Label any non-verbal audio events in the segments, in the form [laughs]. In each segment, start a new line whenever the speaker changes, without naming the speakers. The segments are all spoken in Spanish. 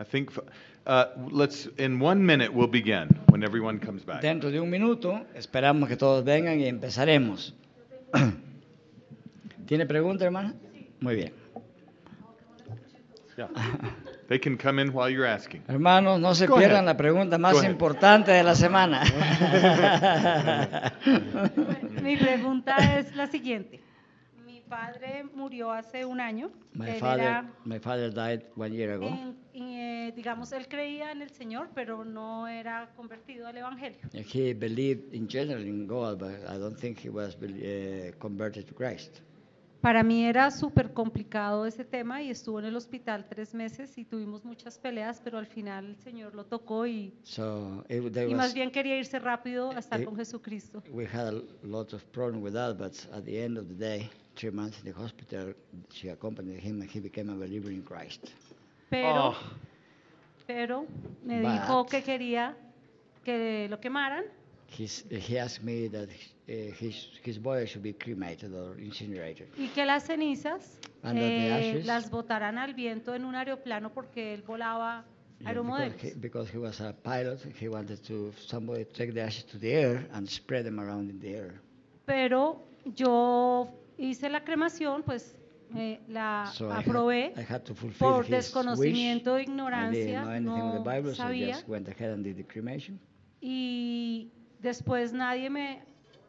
I think, f- uh, let's, in one minute, we'll begin when everyone comes back.
Dentro de un minuto esperamos que todos vengan y empezaremos. [clears throat] ¿Tiene pregunta, hermana? Muy bien.
Yeah. They can come in while you're asking.
Hermanos, no se
Go
pierdan
ahead.
la pregunta
Go
más
ahead.
importante de la semana. [laughs]
[laughs] Mi pregunta es la siguiente. Mi padre murió hace un año.
my,
Él
father,
era
my father died one year ago.
en- en, eh, digamos, él creía en el Señor, pero no era convertido al Evangelio.
He believed in general in God, but I don't think he was uh, converted to Christ.
Para mí era súper complicado ese tema y estuvo en el hospital tres meses y tuvimos muchas peleas, pero al final el Señor lo tocó y,
So it, there
y
was,
más bien quería irse rápido a estar
Eh,
con Jesucristo.
we had a lot of problem with that, but at the end of the day, three months in the hospital, she accompanied him and he became a believer in Christ.
Pero,
Oh.
pero me
But-
dijo que quería que lo quemaran
He's, he asked me that uh, his, his body should be cremated or incinerated.
y que las cenizas
And that the
eh,
ashes-
las botaran al viento en un aeroplano porque él
Yeah,
volaba
because,
aeromodelos.
he, because he was a pilot, he wanted to somebody to take the ashes to the air and spread them around in the air.
Pero yo hice la cremación, pues eh, la
So I had,
aprobé
I had to fulfill
por
his wish.
desconocimiento e
I didn't know
ignorancia,
anything of the
no
Bible, so I
sabía.
just went ahead and did the cremation.
Y después nadie me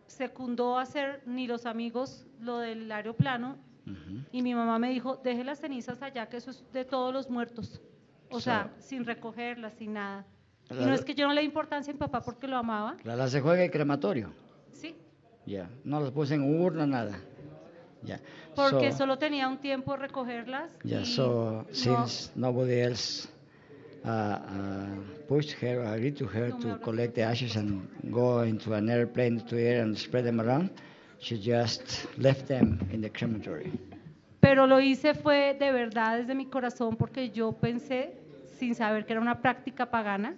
secundó a hacer, ni los amigos, lo del aeroplano.
Mhm.
Y mi mamá me dijo, deje las cenizas allá, que eso es de todos los muertos. O sea, sin recogerlas, sin nada. Y no es que yo no le di importancia a mi papá porque lo amaba,
La- Las dejó en el crematorio.
sí,
Ya, no las puse en urna, nada. Ya.
porque
so,
solo tenía un tiempo de recogerlas.
Yeah,
y
so
no-
since nobody else uh, uh, pushed her, or agreed to her to collect the ashes and go into an airplane to air and spread them around, she just left them in the crematory.
Pero lo hice fue de verdad desde mi corazón porque yo pensé, sin saber que era una práctica pagana,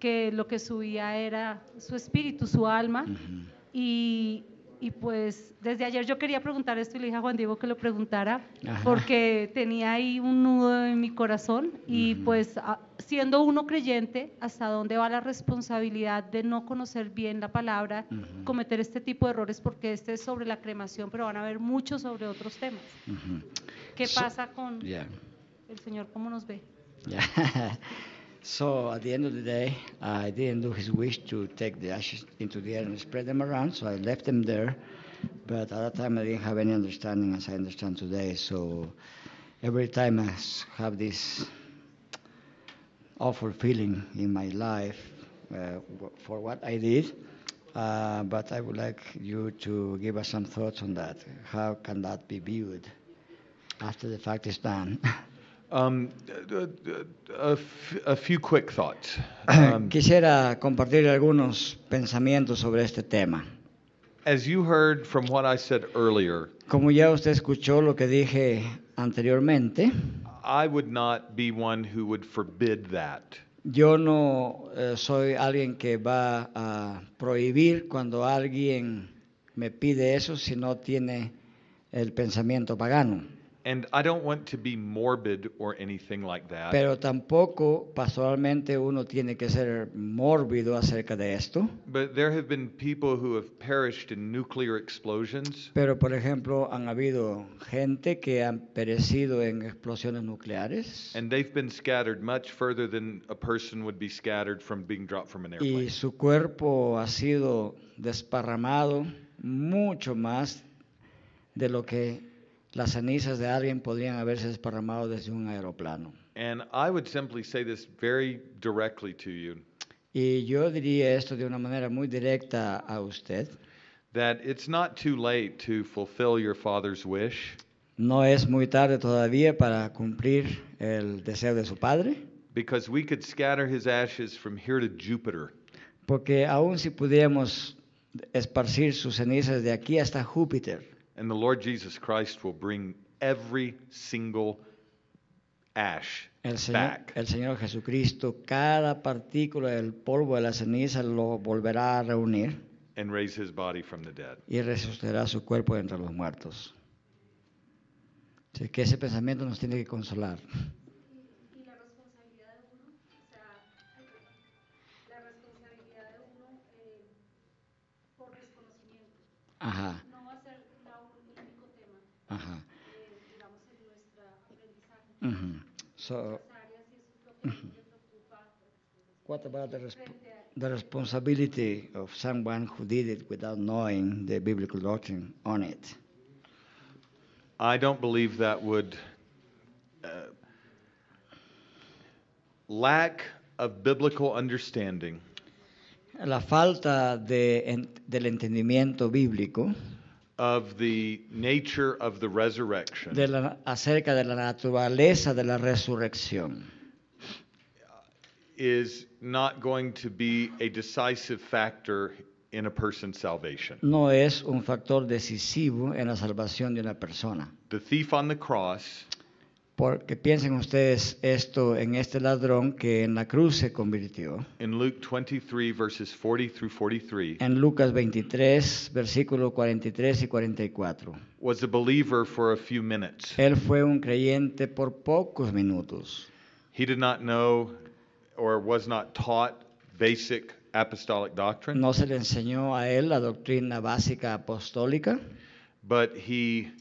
que lo que subía era su espíritu, su alma.
Mm-hmm,
Y, y pues desde ayer yo quería preguntar esto y le dije a Juan Diego que lo preguntara
Ajá.
porque tenía ahí un nudo en mi corazón y
Ujú.
pues a- siendo uno creyente, ¿hasta dónde va la responsabilidad de no conocer bien la palabra,
Ujú.
cometer este tipo de errores? Porque este es sobre la cremación, pero van a haber muchos sobre otros temas.
Mhm.
¿Qué
So-
pasa con
Yeah.
el Señor? ¿Cómo nos ve?
Yeah. [laughs] so at the end of the day, I didn't do his wish to take the ashes into the air and spread them around, so I left them there. But at that time, I didn't have any understanding as I understand today. So every time I s- have this awful feeling in my life uh, w- for what I did. Uh, but I would like you to give us some thoughts on that. How can that be viewed after the fact is done? [laughs]
Um, d- d- d- a f- a few quick thoughts. Um,
[clears throat] Quisiera compartir algunos pensamientos sobre este tema.
As you heard from what I said earlier,
Como ya usted escuchó lo que dije anteriormente,
I would not be one who would forbid that.
yo no eh, soy alguien que va a prohibir cuando alguien me pide eso si no tiene el pensamiento pagano.
And I don't want to be morbid or anything like that.
Pero tampoco pastoralmente uno tiene que ser mórbido acerca de esto.
But there have been people who have perished in nuclear explosions,
Pero por ejemplo han habido gente que han perecido en explosiones nucleares.
and they've been scattered much further than a person would be scattered from being dropped from an airplane.
Y su cuerpo ha sido desparramado mucho más de lo que las cenizas de alguien podrían haberse desparramado desde un aeroplano.
And I would simply say this very directly to you
Y yo diría esto de una manera muy directa a usted.
that it's not too late to fulfill your father's wish
No es muy tarde todavía para cumplir el deseo de su padre,
because we could scatter his ashes from here to Jupiter.
porque aun si pudiéramos esparcir sus cenizas de aquí hasta Júpiter,
And the Lord Jesus Christ will bring every single ash
El Señor,
back.
el Señor Jesucristo, cada partícula del polvo de la ceniza lo volverá a reunir
and raise his body from the dead.
y resucitará su cuerpo entre los muertos. Así que ese pensamiento nos tiene que consolar.
Y la responsabilidad de
Ajá,
No va a ser la un- el único tema,
ajá.
eh, digamos, en nuestra aprendizaje.
ujú. So, what about the, resp- the responsibility of someone who did it without knowing the biblical doctrine on it?
I don't believe that would. Uh, lack of biblical understanding
La falta de en- del entendimiento bíblico
of the nature of the resurrection
de la- acerca de la naturaleza de la resurrección
is not going to be a decisive factor in a person's salvation.
no es un factor decisivo en la salvación de una persona.
The thief on the cross
Porque piensen ustedes esto en este ladrón que en la cruz se convirtió.
in Luke 23, verses 40 through 43,
En Lucas 23, versículos 43 y 44.
was a believer for a few minutes.
Él fue un creyente por pocos minutos.
He did not know or was not taught basic apostolic doctrine,
No se le enseñó a él la doctrina básica apostólica,
but he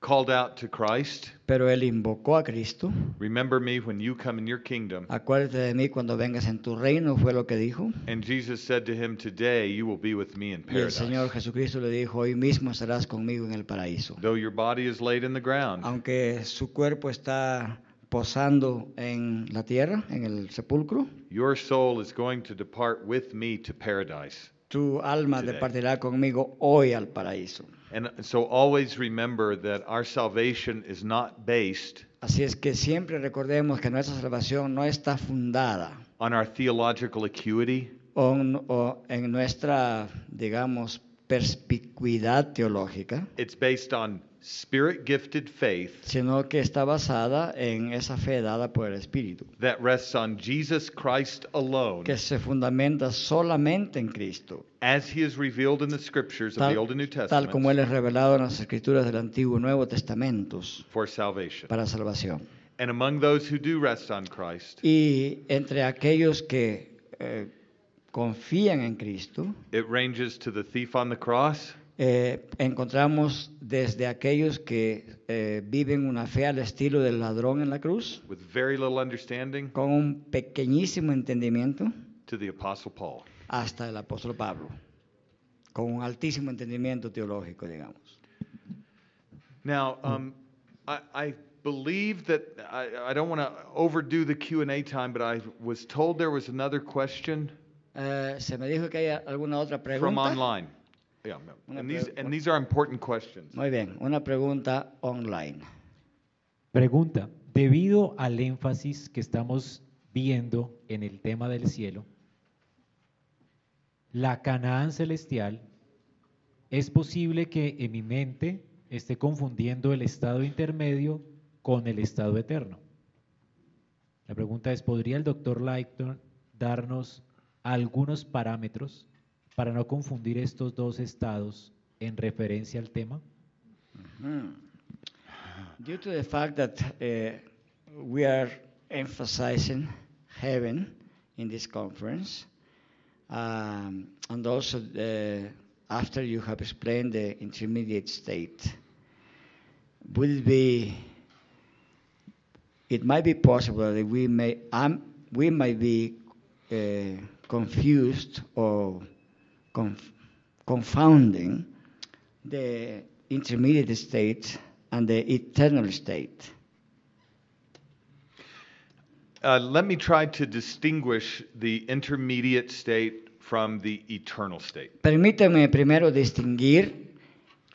called out to Christ,
pero él invocó a Cristo.
Remember me when you come in your kingdom.
Acuérdate de mí cuando vengas en tu reino, fue lo que dijo.
And Jesus said to him, Today you will be with me in
Y el
paradise.
Señor Jesucristo le dijo, hoy mismo estarás conmigo en el paraíso.
Though your body is laid in the ground,
Aunque su cuerpo está posando en la tierra, en el sepulcro,
your soul is going to depart with me to paradise.
tu alma
Today.
departirá conmigo hoy al paraíso.
And so always remember that our salvation is not based
Así es que siempre recordemos que nuestra salvación no está fundada
on our theological acuity
o en- o en nuestra, digamos, perspicuidad teológica,
It's based on spirit gifted faith
sino que está basada en esa fe dada por el Espíritu,
that rests on Jesus Christ alone
que se fundamenta solamente en Cristo,
as he is revealed in the scriptures of the Old and New
tal, tal como Él
Testament
es revelado en las escrituras del Antiguo y Nuevo Testamentos
for salvation.
para salvación.
And among those who do rest on Christ,
Y entre aquellos que eh, confían en Cristo,
it ranges to the thief on the cross
eh, encontramos desde aquellos que eh, viven una fe al estilo del ladrón en la cruz,
with very little understanding
con un pequeñísimo entendimiento,
to the Apostle Paul.
hasta el apóstol Pablo, con un altísimo entendimiento teológico, digamos.
Now,
Hmm.
um, I, I believe that I, I don't want to overdo the Q and A time, but I was told there was another question
Eh, se me dijo que hay alguna otra
from
pregunta.
online. Yeah,
Una
and these
pre-
and these are important questions.
Muy bien, una pregunta online.
Pregunta, debido al énfasis que estamos viendo en el tema del cielo, la Canaán celestial, es posible que en mi mente esté confundiendo el estado intermedio con el estado eterno. La pregunta es, ¿podría el doctor Lighton darnos algunos parámetros para no confundir estos dos estados en referencia al tema?
Hmm. Due to the fact that eh, we are emphasizing heaven in this conference, um, and also the, after you have explained the intermediate state, would it be? It might be possible that we may um, we might be uh, confused or conf- confounding the intermediate state and the eternal state.
Uh, let me try to distinguish the intermediate state from the eternal state.
Permítanme primero distinguir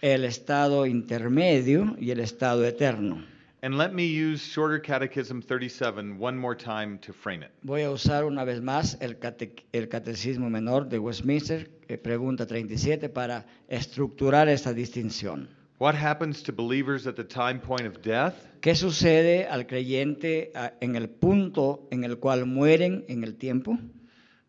el estado intermedio y el estado eterno.
And let me use Shorter Catechism 37 one more time to frame it.
Voy a usar una vez más el, cate- el Catecismo Menor de Westminster, eh, pregunta 37, para estructurar esta distinción.
What happens to believers at the time point of death
¿Qué sucede al creyente ah, en el punto en el cual mueren en el tiempo?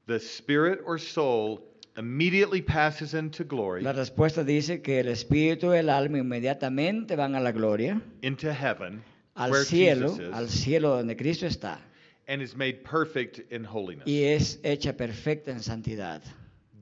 the spirit or soul immediately passes into glory,
La respuesta dice que el espíritu y el alma inmediatamente van a la gloria,
into heaven,
al
where
cielo,
Jesus
al
is,
cielo donde Cristo está,
and is made perfect in holiness.
y es hecha perfecta en santidad.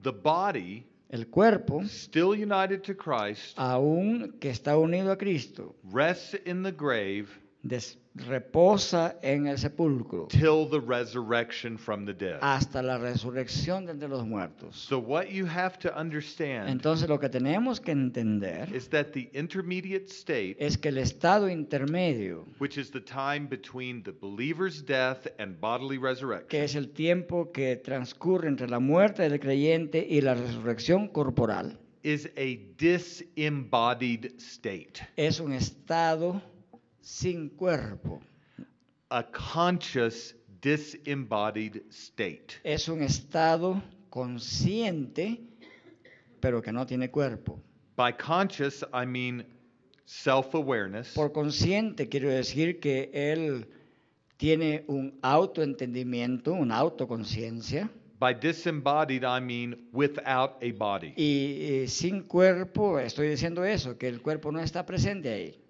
The body
El cuerpo,
still united to
Ah.
Christ,
aún que está unido a Cristo,
rests in the grave
des- reposa en el sepulcro
till the resurrection from the dead.
hasta la resurrección de entre los muertos.
So, what you have to understand
Entonces lo que tenemos que entender
is that the intermediate state,
es que el estado intermedio,
which is the time between the believer's death and bodily
que
resurrection,
es el tiempo que transcurre entre la muerte del creyente y la resurrección corporal,
is a disembodied state,
es un estado sin cuerpo,
a conscious disembodied state.
es un estado consciente, pero que no tiene cuerpo.
By conscious, I mean self awareness,
Por consciente quiero decir que él tiene un autoentendimiento, una autoconciencia,
by disembodied, I mean without a body.
y, eh, sin cuerpo, estoy diciendo eso, que el cuerpo no está presente ahí.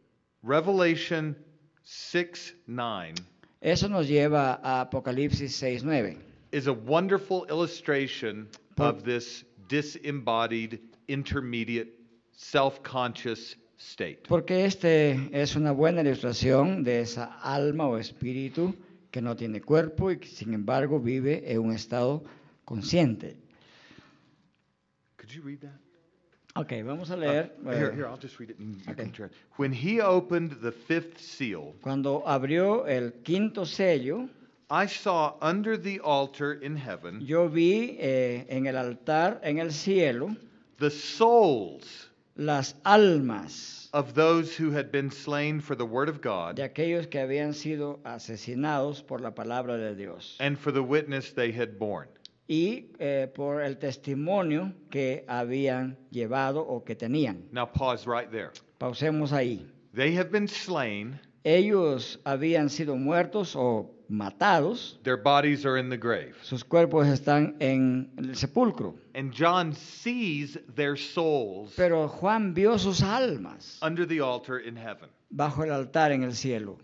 Revelation 6 9
Eso nos lleva a Apocalipsis 6.9.
is a wonderful illustration of this disembodied, intermediate, self conscious state.
Porque este es una buena ilustración de esa alma o espíritu que no tiene cuerpo y que sin embargo vive en un estado consciente.
Could you read that?
Ok, vamos a
Uh,
leer.
here,
eh,
here, I'll just read it. And you
Okay.
can turn. When he opened the fifth seal,
Cuando abrió el quinto sello,
I saw under the altar in heaven
yo vi eh, en el altar, en el cielo,
the souls
las almas
of those who had been slain for the word of God
de aquellos que habían sido asesinados por la palabra de Dios
and for the witness they had borne.
y eh, por el testimonio que habían llevado o que tenían.
Now, pause right there.
Pausemos ahí.
They have been slain,
Ellos habían sido muertos o matados,
their bodies are in the grave.
sus cuerpos están en el sepulcro.
And John sees their souls
Pero Juan vio sus almas
under the altar in heaven.
bajo el altar en el cielo.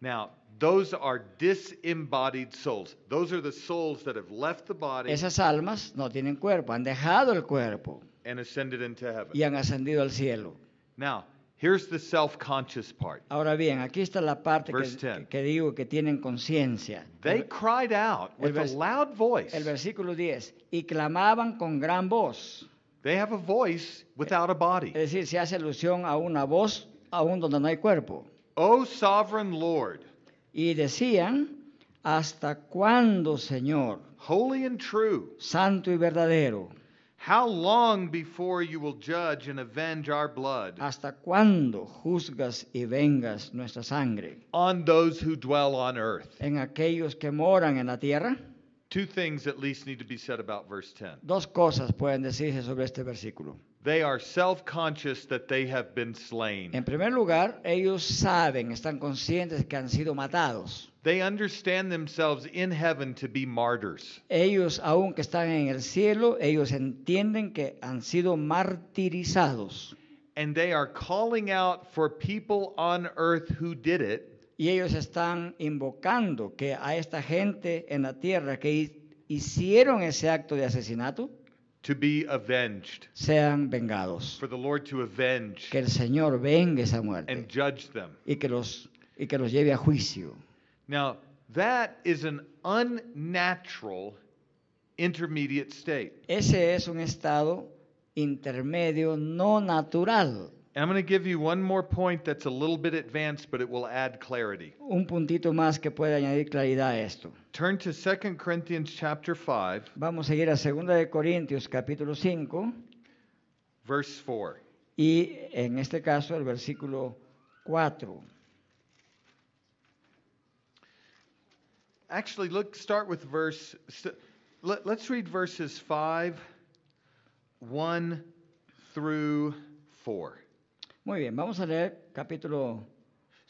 Now, those are disembodied souls. Those are the souls that have left the body
Esas almas no tienen cuerpo, han dejado el cuerpo
and ascended into heaven.
y han ascendido al cielo.
Now, here's the self conscious part.
Ahora bien, aquí está la parte
Verse
que,
10.
que digo que tienen conciencia.
They cried out
el
with a
vers-
loud voice.
El versículo 10, y clamaban con gran voz.
They have a voice without a
Es
body.
decir, se hace alusión a una voz aún donde no hay cuerpo.
O sovereign Lord,
Y decían, ¿hasta cuándo, Señor,
holy and true,
santo y verdadero?
how long before you will judge and avenge our blood
¿Hasta cuándo juzgas y vengas nuestra sangre
on those who dwell on earth?
en aquellos que moran en la tierra?
Two things at least need to be said about verse 10.
Dos cosas pueden decirse sobre este versículo.
They are self conscious that they have been slain.
En primer lugar, ellos saben, están conscientes que han sido matados.
They understand themselves in heaven to be martyrs.
Ellos, aunque están en el cielo, ellos entienden que han sido martirizados.
And they are calling out for people on earth who did it
Y ellos están invocando que a esta gente en la tierra que hi- hicieron ese acto de asesinato
to be avenged,
sean vengados.
for the Lord to avenge
Que el Señor vengue esa muerte
and judge them.
y que los, y que los lleve a juicio.
Now, that is an unnatural intermediate state.
Ese es un estado intermedio no natural.
And I'm going to give you one more point that's a little bit advanced, but it will add clarity.
Un puntito más que puede añadir claridad a esto.
Turn to 2 Corinthians chapter 5,
Vamos a seguir a 2 de Corintios capítulo 5
verse 4.
y en este caso el versículo 4.
Actually, look, start with verse. st- Let, let's read verses 5, 1 through 4.
Muy bien, vamos a leer capítulo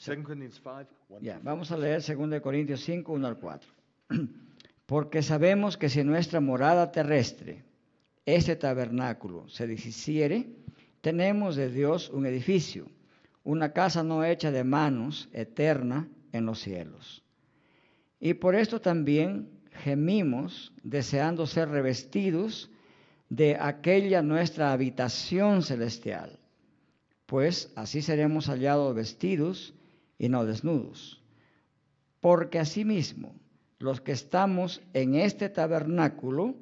2 Corinthians 5, 1.
Ya, vamos a leer 2 de Corintios 5, 1 al 4. [clears throat] Porque sabemos que si nuestra morada terrestre, este tabernáculo, se deshiciere, tenemos de Dios un edificio, una casa no hecha de manos, eterna en los cielos. Y por esto también gemimos, deseando ser revestidos de aquella nuestra habitación celestial, pues así seremos hallados vestidos y no desnudos. Porque asimismo, los que estamos en este tabernáculo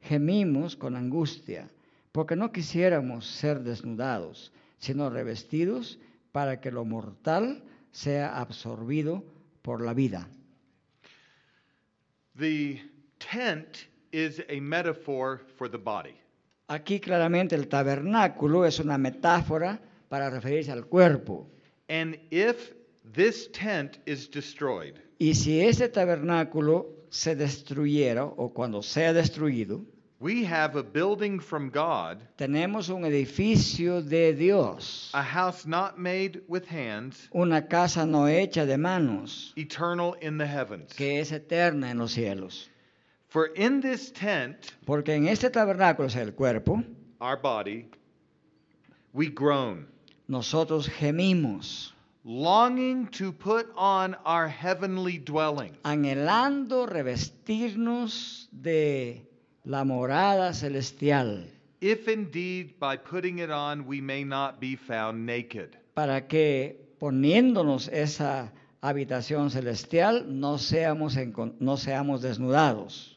gemimos con angustia, porque no quisiéramos ser desnudados, sino revestidos para que lo mortal sea absorbido por la vida.
The tent is a metaphor for the body.
Aquí claramente el tabernáculo es una metáfora para referirse al cuerpo.
And if this tent is destroyed,
Y si ese tabernáculo se destruyera o cuando sea destruido,
we have a building from God,
tenemos un edificio de Dios,
a house not made with hands,
una casa no hecha de manos,
eternal in the heavens.
que es eterna en los cielos.
For in this tent,
Porque en este tabernáculo, o sea, el cuerpo,
our body, we groan,
nosotros gemimos,
longing to put on our heavenly dwelling.
anhelando revestirnos de la morada celestial,
If indeed by putting it on we may not be found naked.
para que poniéndonos esa habitación celestial no seamos, encon- no seamos desnudados.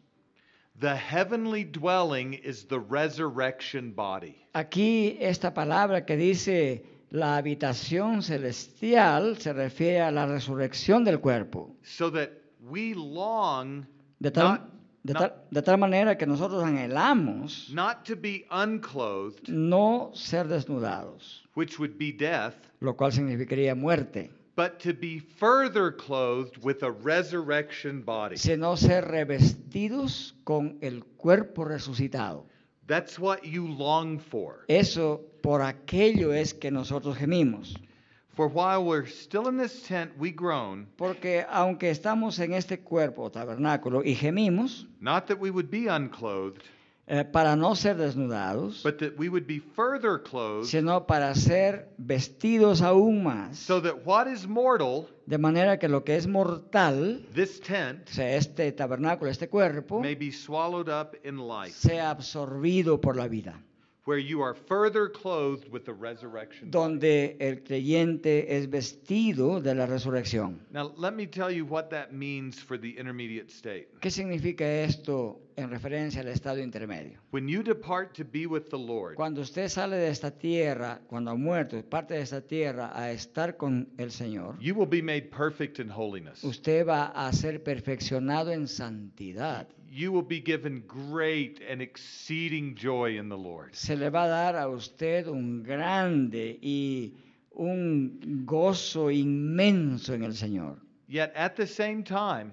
The heavenly dwelling is the resurrection body.
Aquí esta palabra que dice la habitación celestial se refiere a la resurrección del cuerpo.
so that we long
De tal,
Not-
de
not-
tal- de tal manera que nosotros anhelamos
not to be unclothed,
no ser desnudados,
which would be death,
lo cual significaría muerte,
but to be further clothed with a resurrection body.
sino ser revestidos con el cuerpo resucitado.
That's what you long for.
Eso por aquello es que nosotros gemimos.
For while we're still in this tent, we groan,
Porque aunque estamos en este cuerpo o tabernáculo y gemimos,
not that we would be unclothed,
eh, para no ser desnudados,
but that we would be further clothed,
sino para ser vestidos aún más.
so that what is mortal,
De manera que lo que es mortal,
this
o
tent,
sea, este tabernáculo, este cuerpo,
may be swallowed up in life,
sea absorbido por la vida.
where you are further clothed with the resurrection. body.
Donde el creyente es vestido de la resurrección.
Now, let me tell you what that means for the intermediate state.
¿Qué significa esto en referencia al estado intermedio?
When you depart to be with the Lord,
Cuando usted sale de esta tierra, cuando ha muerto, parte de esta tierra a estar con el Señor,
you will be made perfect in holiness.
usted va a ser perfeccionado en santidad.
You will be given great and exceeding joy in the Lord.
se le va a dar a usted un grande y un gozo inmenso en el Señor.
Yet at the same time,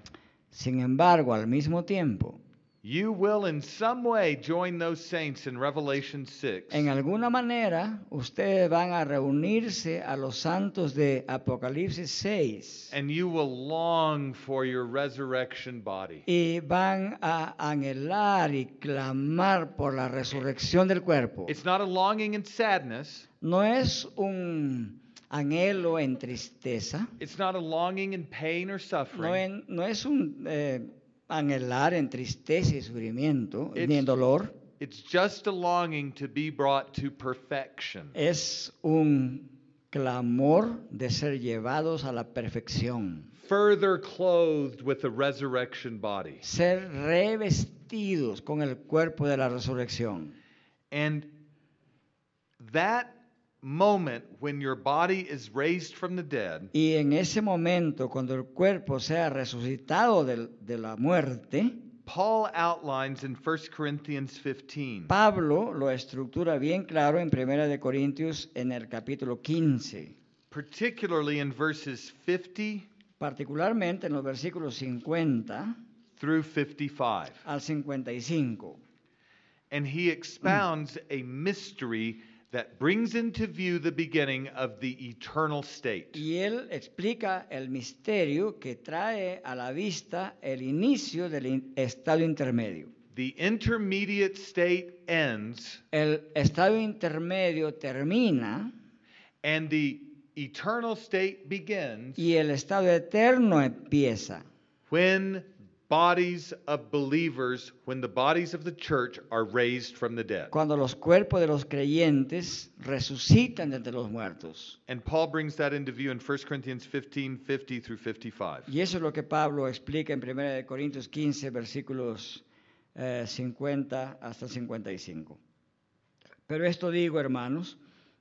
Sin embargo, al mismo tiempo,
you will in some way join those saints in Revelation 6
en alguna manera, ustedes van a reunirse a los santos de Apocalipsis 6
and you will long for your resurrection body.
y van a anhelar y clamar por la resurrección del cuerpo.
It's not a longing in sadness,
No es un anhelo en tristeza,
it's not a longing in pain or
No,
suffering.
en- no es un eh, anhelar en tristeza y sufrimiento, ni
It's-
en dolor.
It's just a longing to be brought to perfection.
Es un clamor de ser llevados a la perfección,
further clothed with the resurrection body.
ser revestidos con el cuerpo de la resurrección.
And that moment when your body is raised from the dead,
Y en ese momento, cuando el cuerpo sea resucitado del- de la muerte,
Paul outlines in 1 Corinthians 15
Pablo lo estructura bien claro en 1 de Corintios en el capítulo 15.
particularly in verses 50
particularmente en los versículos 50
through 55.
al 55.
And he expounds a mystery that brings into view the beginning of the eternal state.
Y él explica el misterio que trae a la vista el inicio del in- estado intermedio.
The intermediate state ends
El estado intermedio termina
and the eternal state begins
y el estado eterno empieza
when bodies of believers when the bodies of the church are raised from the dead.
cuando los cuerpos de los creyentes resucitan de entre los muertos.
And Paul brings that into view in 1 Corinthians 15 50 through 55.
Y eso es lo que Pablo explica en 1 de Corintios 15, versículos eh, 50 hasta 55. Pero esto digo, hermanos,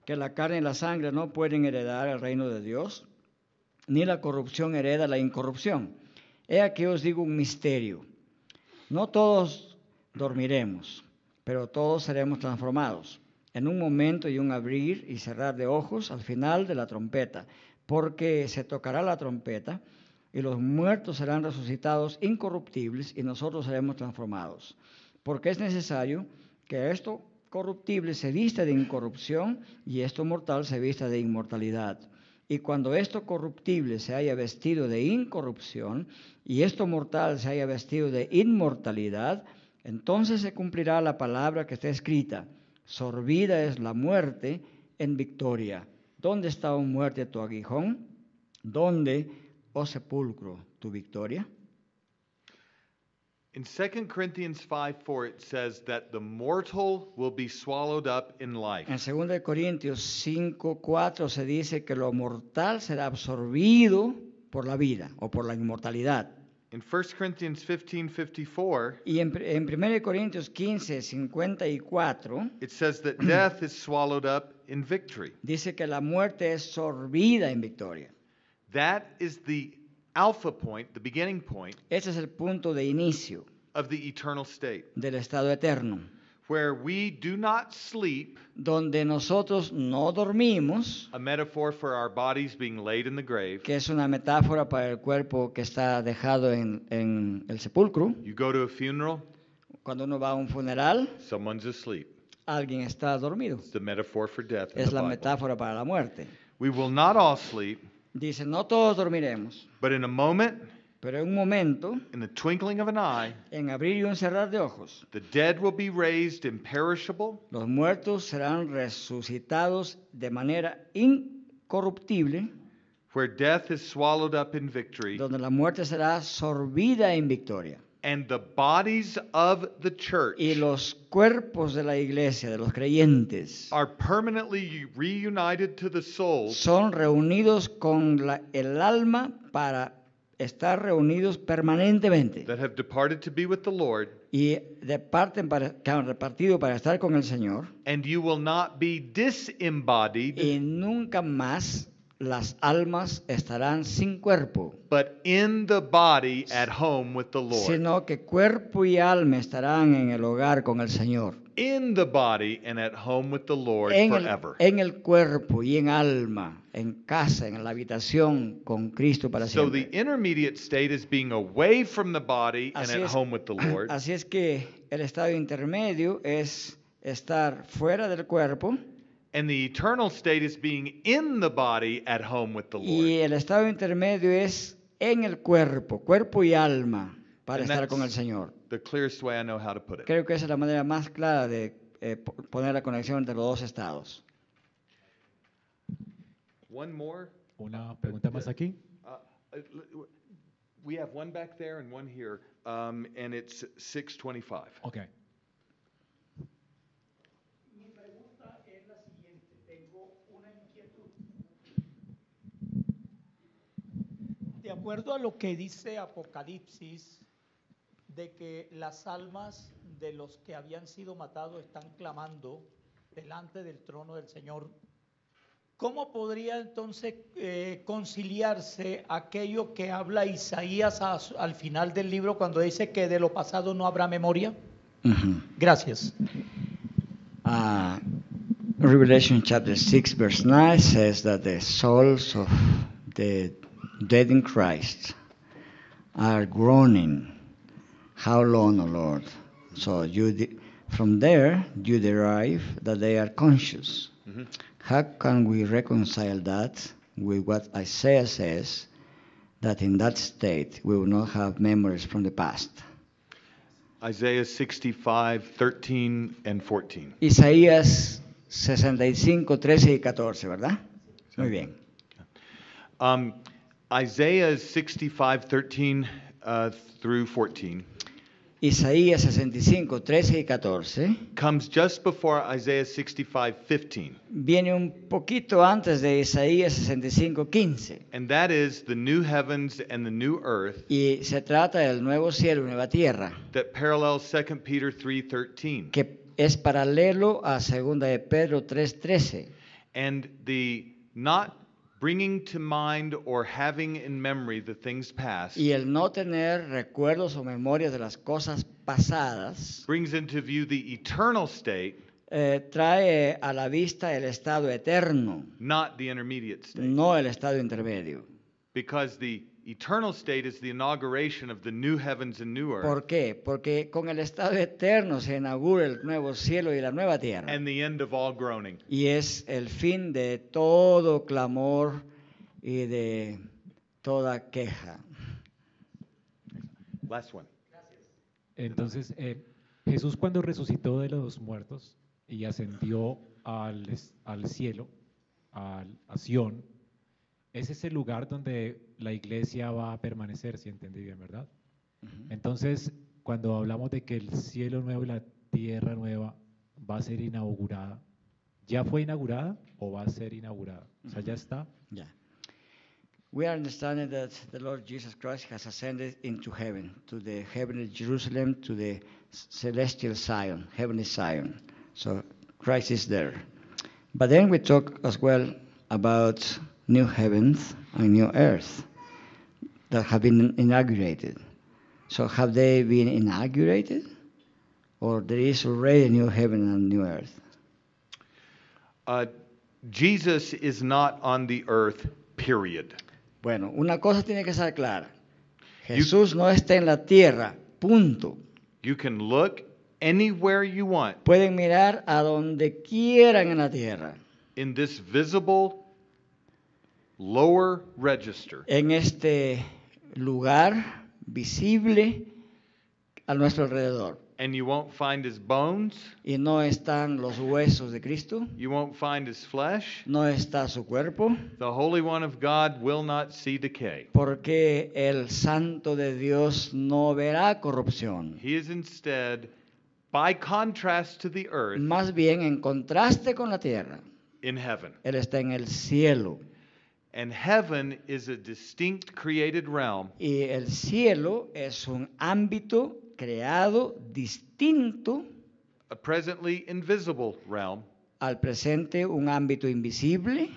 que la carne y la sangre no pueden heredar el reino de Dios, ni la corrupción hereda la incorrupción. He aquí os digo un misterio. No todos dormiremos, pero todos seremos transformados en un momento y un abrir y cerrar de ojos al final de la trompeta, porque se tocará la trompeta y los muertos serán resucitados incorruptibles y nosotros seremos transformados. Porque es necesario que esto corruptible se vista de incorrupción y esto mortal se vista de inmortalidad. Y cuando esto corruptible se haya vestido de incorrupción y esto mortal se haya vestido de inmortalidad, entonces se cumplirá la palabra que está escrita. Sorbida es la muerte en victoria. ¿Dónde está, oh muerte, tu aguijón? ¿Dónde, oh sepulcro, tu victoria?
In 2 Corinthians 5 4, it says that the mortal will be swallowed up in life.
En 2 de Corintios 5, 4 se dice que lo mortal será absorbido por la vida o por la inmortalidad.
In 1 Corinthians 15 54,
Y en, en 1 de Corintios 15, 54
it says that [clears throat] death is swallowed up in victory.
dice que la muerte es sorbida en victoria.
That is the alpha point, the beginning point
Ese es el punto de inicio
of the eternal state,
del estado eterno,
where we do not sleep,
donde nosotros no dormimos,
a metaphor for our bodies being laid in the grave.
que es una metáfora para el cuerpo que está dejado en, en el sepulcro.
You go to a funeral,
Cuando uno va a un funeral,
someone's asleep.
alguien está dormido.
It's the metaphor for death. in
Es
the
la
Bible.
metáfora para la muerte.
We will not all sleep,
Dice, no todos dormiremos,
but in a moment,
pero en un momento,
in the twinkling of an eye,
en abrir y un cerrar de ojos,
the dead will be raised imperishable,
los muertos serán resucitados de manera incorruptible,
where death is swallowed up in victory,
donde la muerte será sorbida en victoria.
and the bodies of the church
Y los cuerpos de la iglesia, de los creyentes,
are permanently reunited to the soul
son reunidos con la- el alma para estar reunidos permanentemente
that have departed to be with the Lord,
y departen para, que han repartido para estar con el Señor.
and you will not be disembodied,
y nunca más las almas estarán sin cuerpo,
but in the body at home with the Lord.
sino que cuerpo y alma estarán en el hogar con el Señor.
in the body and at home with the Lord
En el,
forever.
en el cuerpo y en alma, en casa, en la habitación con Cristo para
So the
siempre.
intermediate state is being away from the body and
Así
at
es-
home
[clears throat]
with the Lord.
Así es que el estado intermedio es estar fuera del cuerpo
And the eternal state is being in the body at home with the
y
Lord.
el estado intermedio es en el cuerpo, cuerpo y alma para
And
estar
that's-
con el Señor.
The clearest way I know how to put it.
Creo que esa es la manera más clara de eh, po- poner la conexión entre los dos estados.
One more.
Una pregunta más aquí.
Uh, we have one back there and one here, um, and it's 625.
Ok.
Mi pregunta es la siguiente. Tengo una inquietud. De acuerdo a lo que dice Apocalipsis, de que las almas de los que habían sido matados están clamando delante del trono del Señor, ¿cómo podría entonces eh, conciliarse aquello que habla Isaías a- al final del libro cuando dice que de lo pasado no habrá memoria? Gracias.
Uh, Revelation chapter 6, verse 9 says that the souls of the dead in Christ are groaning. How long, O Lord? So you de- from there, you derive that they are conscious. How can we reconcile that with what Isaiah says that in that state we will not have memories from the past?
Isaiah 65, 13, and 14.
Isaías 65, 13 y 14, ¿verdad? Muy bien.
Um, Isaiah 65, 13 uh, through 14
Isaías 65, 13 y 14.
comes just before Isaiah 65 15.
Viene un poquito antes de Isaías 65, 15.
And that is the new heavens and the new earth
Y se trata del nuevo cielo y nueva tierra,
that parallels 2 Peter 3:13.
que es paralelo a 2 de Pedro 3, 13.
And the not bringing to mind or having in memory the things past
Y el no tener recuerdos o memorias de las cosas pasadas
brings into view the eternal state,
eh, trae a la vista el estado eterno,
not the intermediate state.
no el estado intermedio.
Because the eternal state is the inauguration of the new heavens and new earth
¿Por qué? Porque con el estado eterno se inaugura el nuevo cielo y la nueva tierra.
and the end of all groaning.
Y es el fin de todo clamor y de toda queja.
Last one.
Entonces, eh, Jesús cuando resucitó de los muertos y ascendió al, es- al cielo, al, a Sión, ese es el lugar donde la iglesia va a permanecer, si entendí bien, ¿verdad? Entonces, cuando hablamos de que el cielo nuevo y la tierra nueva va a ser inaugurada, ¿ya fue inaugurada o va a ser inaugurada? O sea, ya está.
Yeah. We are understanding that the Lord Jesus Christ has ascended into heaven, to the heavenly Jerusalem, to the s- celestial Zion, heavenly Zion. So Christ is there. But then we talk as well about new heavens and new earth that have been inaugurated. So have they been inaugurated? Or there is already a new heaven and new earth?
Uh, Jesus is not on the earth, period.
Bueno, una cosa tiene que estar clara.
You-
Jesús no está en la tierra, punto.
You can look anywhere you want
Pueden mirar a donde quieran en la tierra,
in this visible lower register.
en este lugar visible a nuestro alrededor.
And you won't find his bones,
Y no están los huesos de Cristo,
you won't find his flesh.
no está su cuerpo,
The Holy One of God will not see decay.
porque el santo de Dios no verá corrupción.
He is instead, by contrast to the earth,
Más bien, en contraste con la tierra,
in heaven.
Él está en el cielo.
And heaven is a distinct created realm
Y el cielo es un ámbito creado distinto
a presently invisible realm
al presente, un ámbito invisible,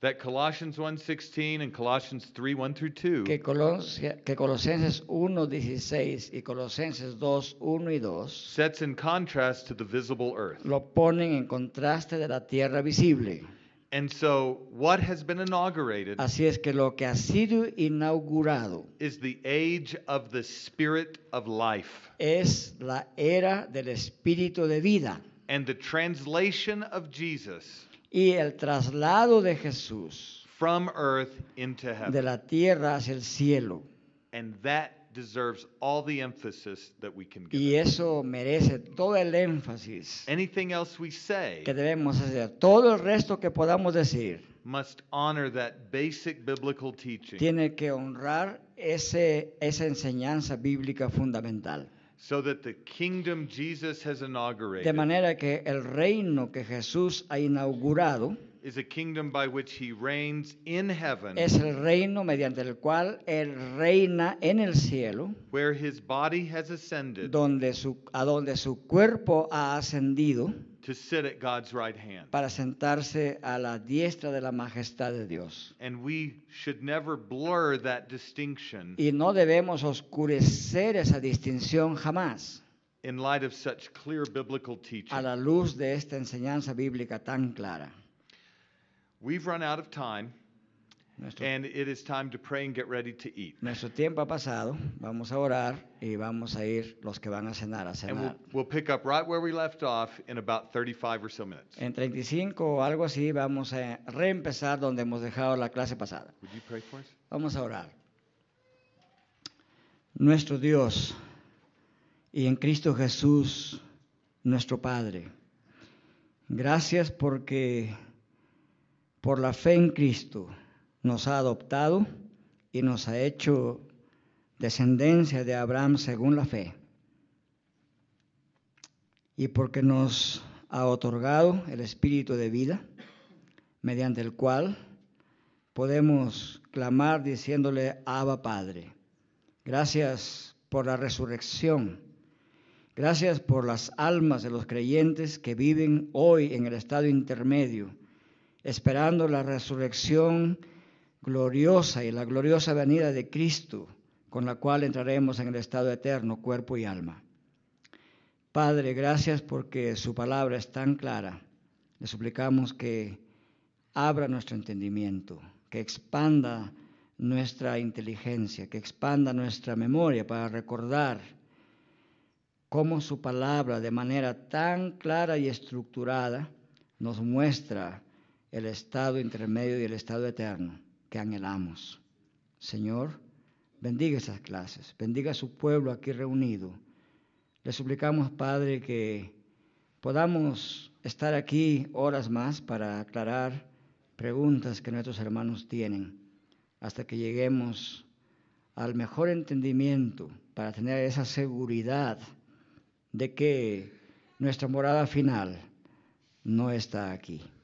that Colossians 1:16 and Colossians 3 1 through 2
que, Colosia- que Colosenses 1, 16 y Colosenses 2, 1 y 2
sets in contrast to the visible earth.
lo ponen en contraste de la tierra visible.
And so what has been inaugurated
Así es que lo que ha sido inaugurado
is the age of the spirit of life
es la era del espíritu de vida
and the translation of Jesus
y el traslado de Jesús
from earth into
de
heaven.
la tierra hacia el cielo.
and that deserves all the emphasis that we can give.
Y
it.
eso merece todo el énfasis
Anything else we say
que debemos hacer. Todo el resto que podamos decir
must honor that basic biblical teaching
tiene que honrar ese, esa enseñanza bíblica fundamental.
so that the kingdom Jesus has
De
inaugurated
manera que el reino que Jesús ha inaugurado
is a kingdom by which he reigns in heaven
es el reino mediante el cual Él reina en el cielo,
where his body has ascended
donde su, a donde su cuerpo ha ascendido
to sit at God's right hand.
para sentarse a la diestra de la majestad de Dios.
And we should never blur that distinction
Y no debemos oscurecer esa distinción jamás
in light of such clear biblical teaching.
a la luz de esta enseñanza bíblica tan clara.
We've run out of time,
Nuestro,
and it is time to pray and get ready to eat.
nuestro tiempo ha pasado, vamos a orar y vamos a ir los que van a cenar a
And we'll,
cenar.
we'll pick up right where we left off in about 35 or so minutes.
En 35 o algo así vamos a reempezar donde hemos dejado la clase pasada.
Would you pray for us?
Vamos a orar. Nuestro Dios y en Cristo Jesús, nuestro Padre. Gracias porque por la fe en Cristo nos ha adoptado y nos ha hecho descendencia de Abraham según la fe, y porque nos ha otorgado el Espíritu de vida, mediante el cual podemos clamar diciéndole, Abba Padre, gracias por la resurrección, gracias por las almas de los creyentes que viven hoy en el estado intermedio, esperando la resurrección gloriosa y la gloriosa venida de Cristo, con la cual entraremos en el estado eterno, cuerpo y alma. Padre, gracias porque su palabra es tan clara. Le suplicamos que abra nuestro entendimiento, que expanda nuestra inteligencia, que expanda nuestra memoria para recordar cómo su palabra de manera tan clara y estructurada nos muestra el estado intermedio y el estado eterno que anhelamos. Señor, bendiga esas clases, bendiga a su pueblo aquí reunido. Le suplicamos, Padre, que podamos estar aquí horas más para aclarar preguntas que nuestros hermanos tienen, hasta que lleguemos al mejor entendimiento, para tener esa seguridad de que nuestra morada final no está aquí.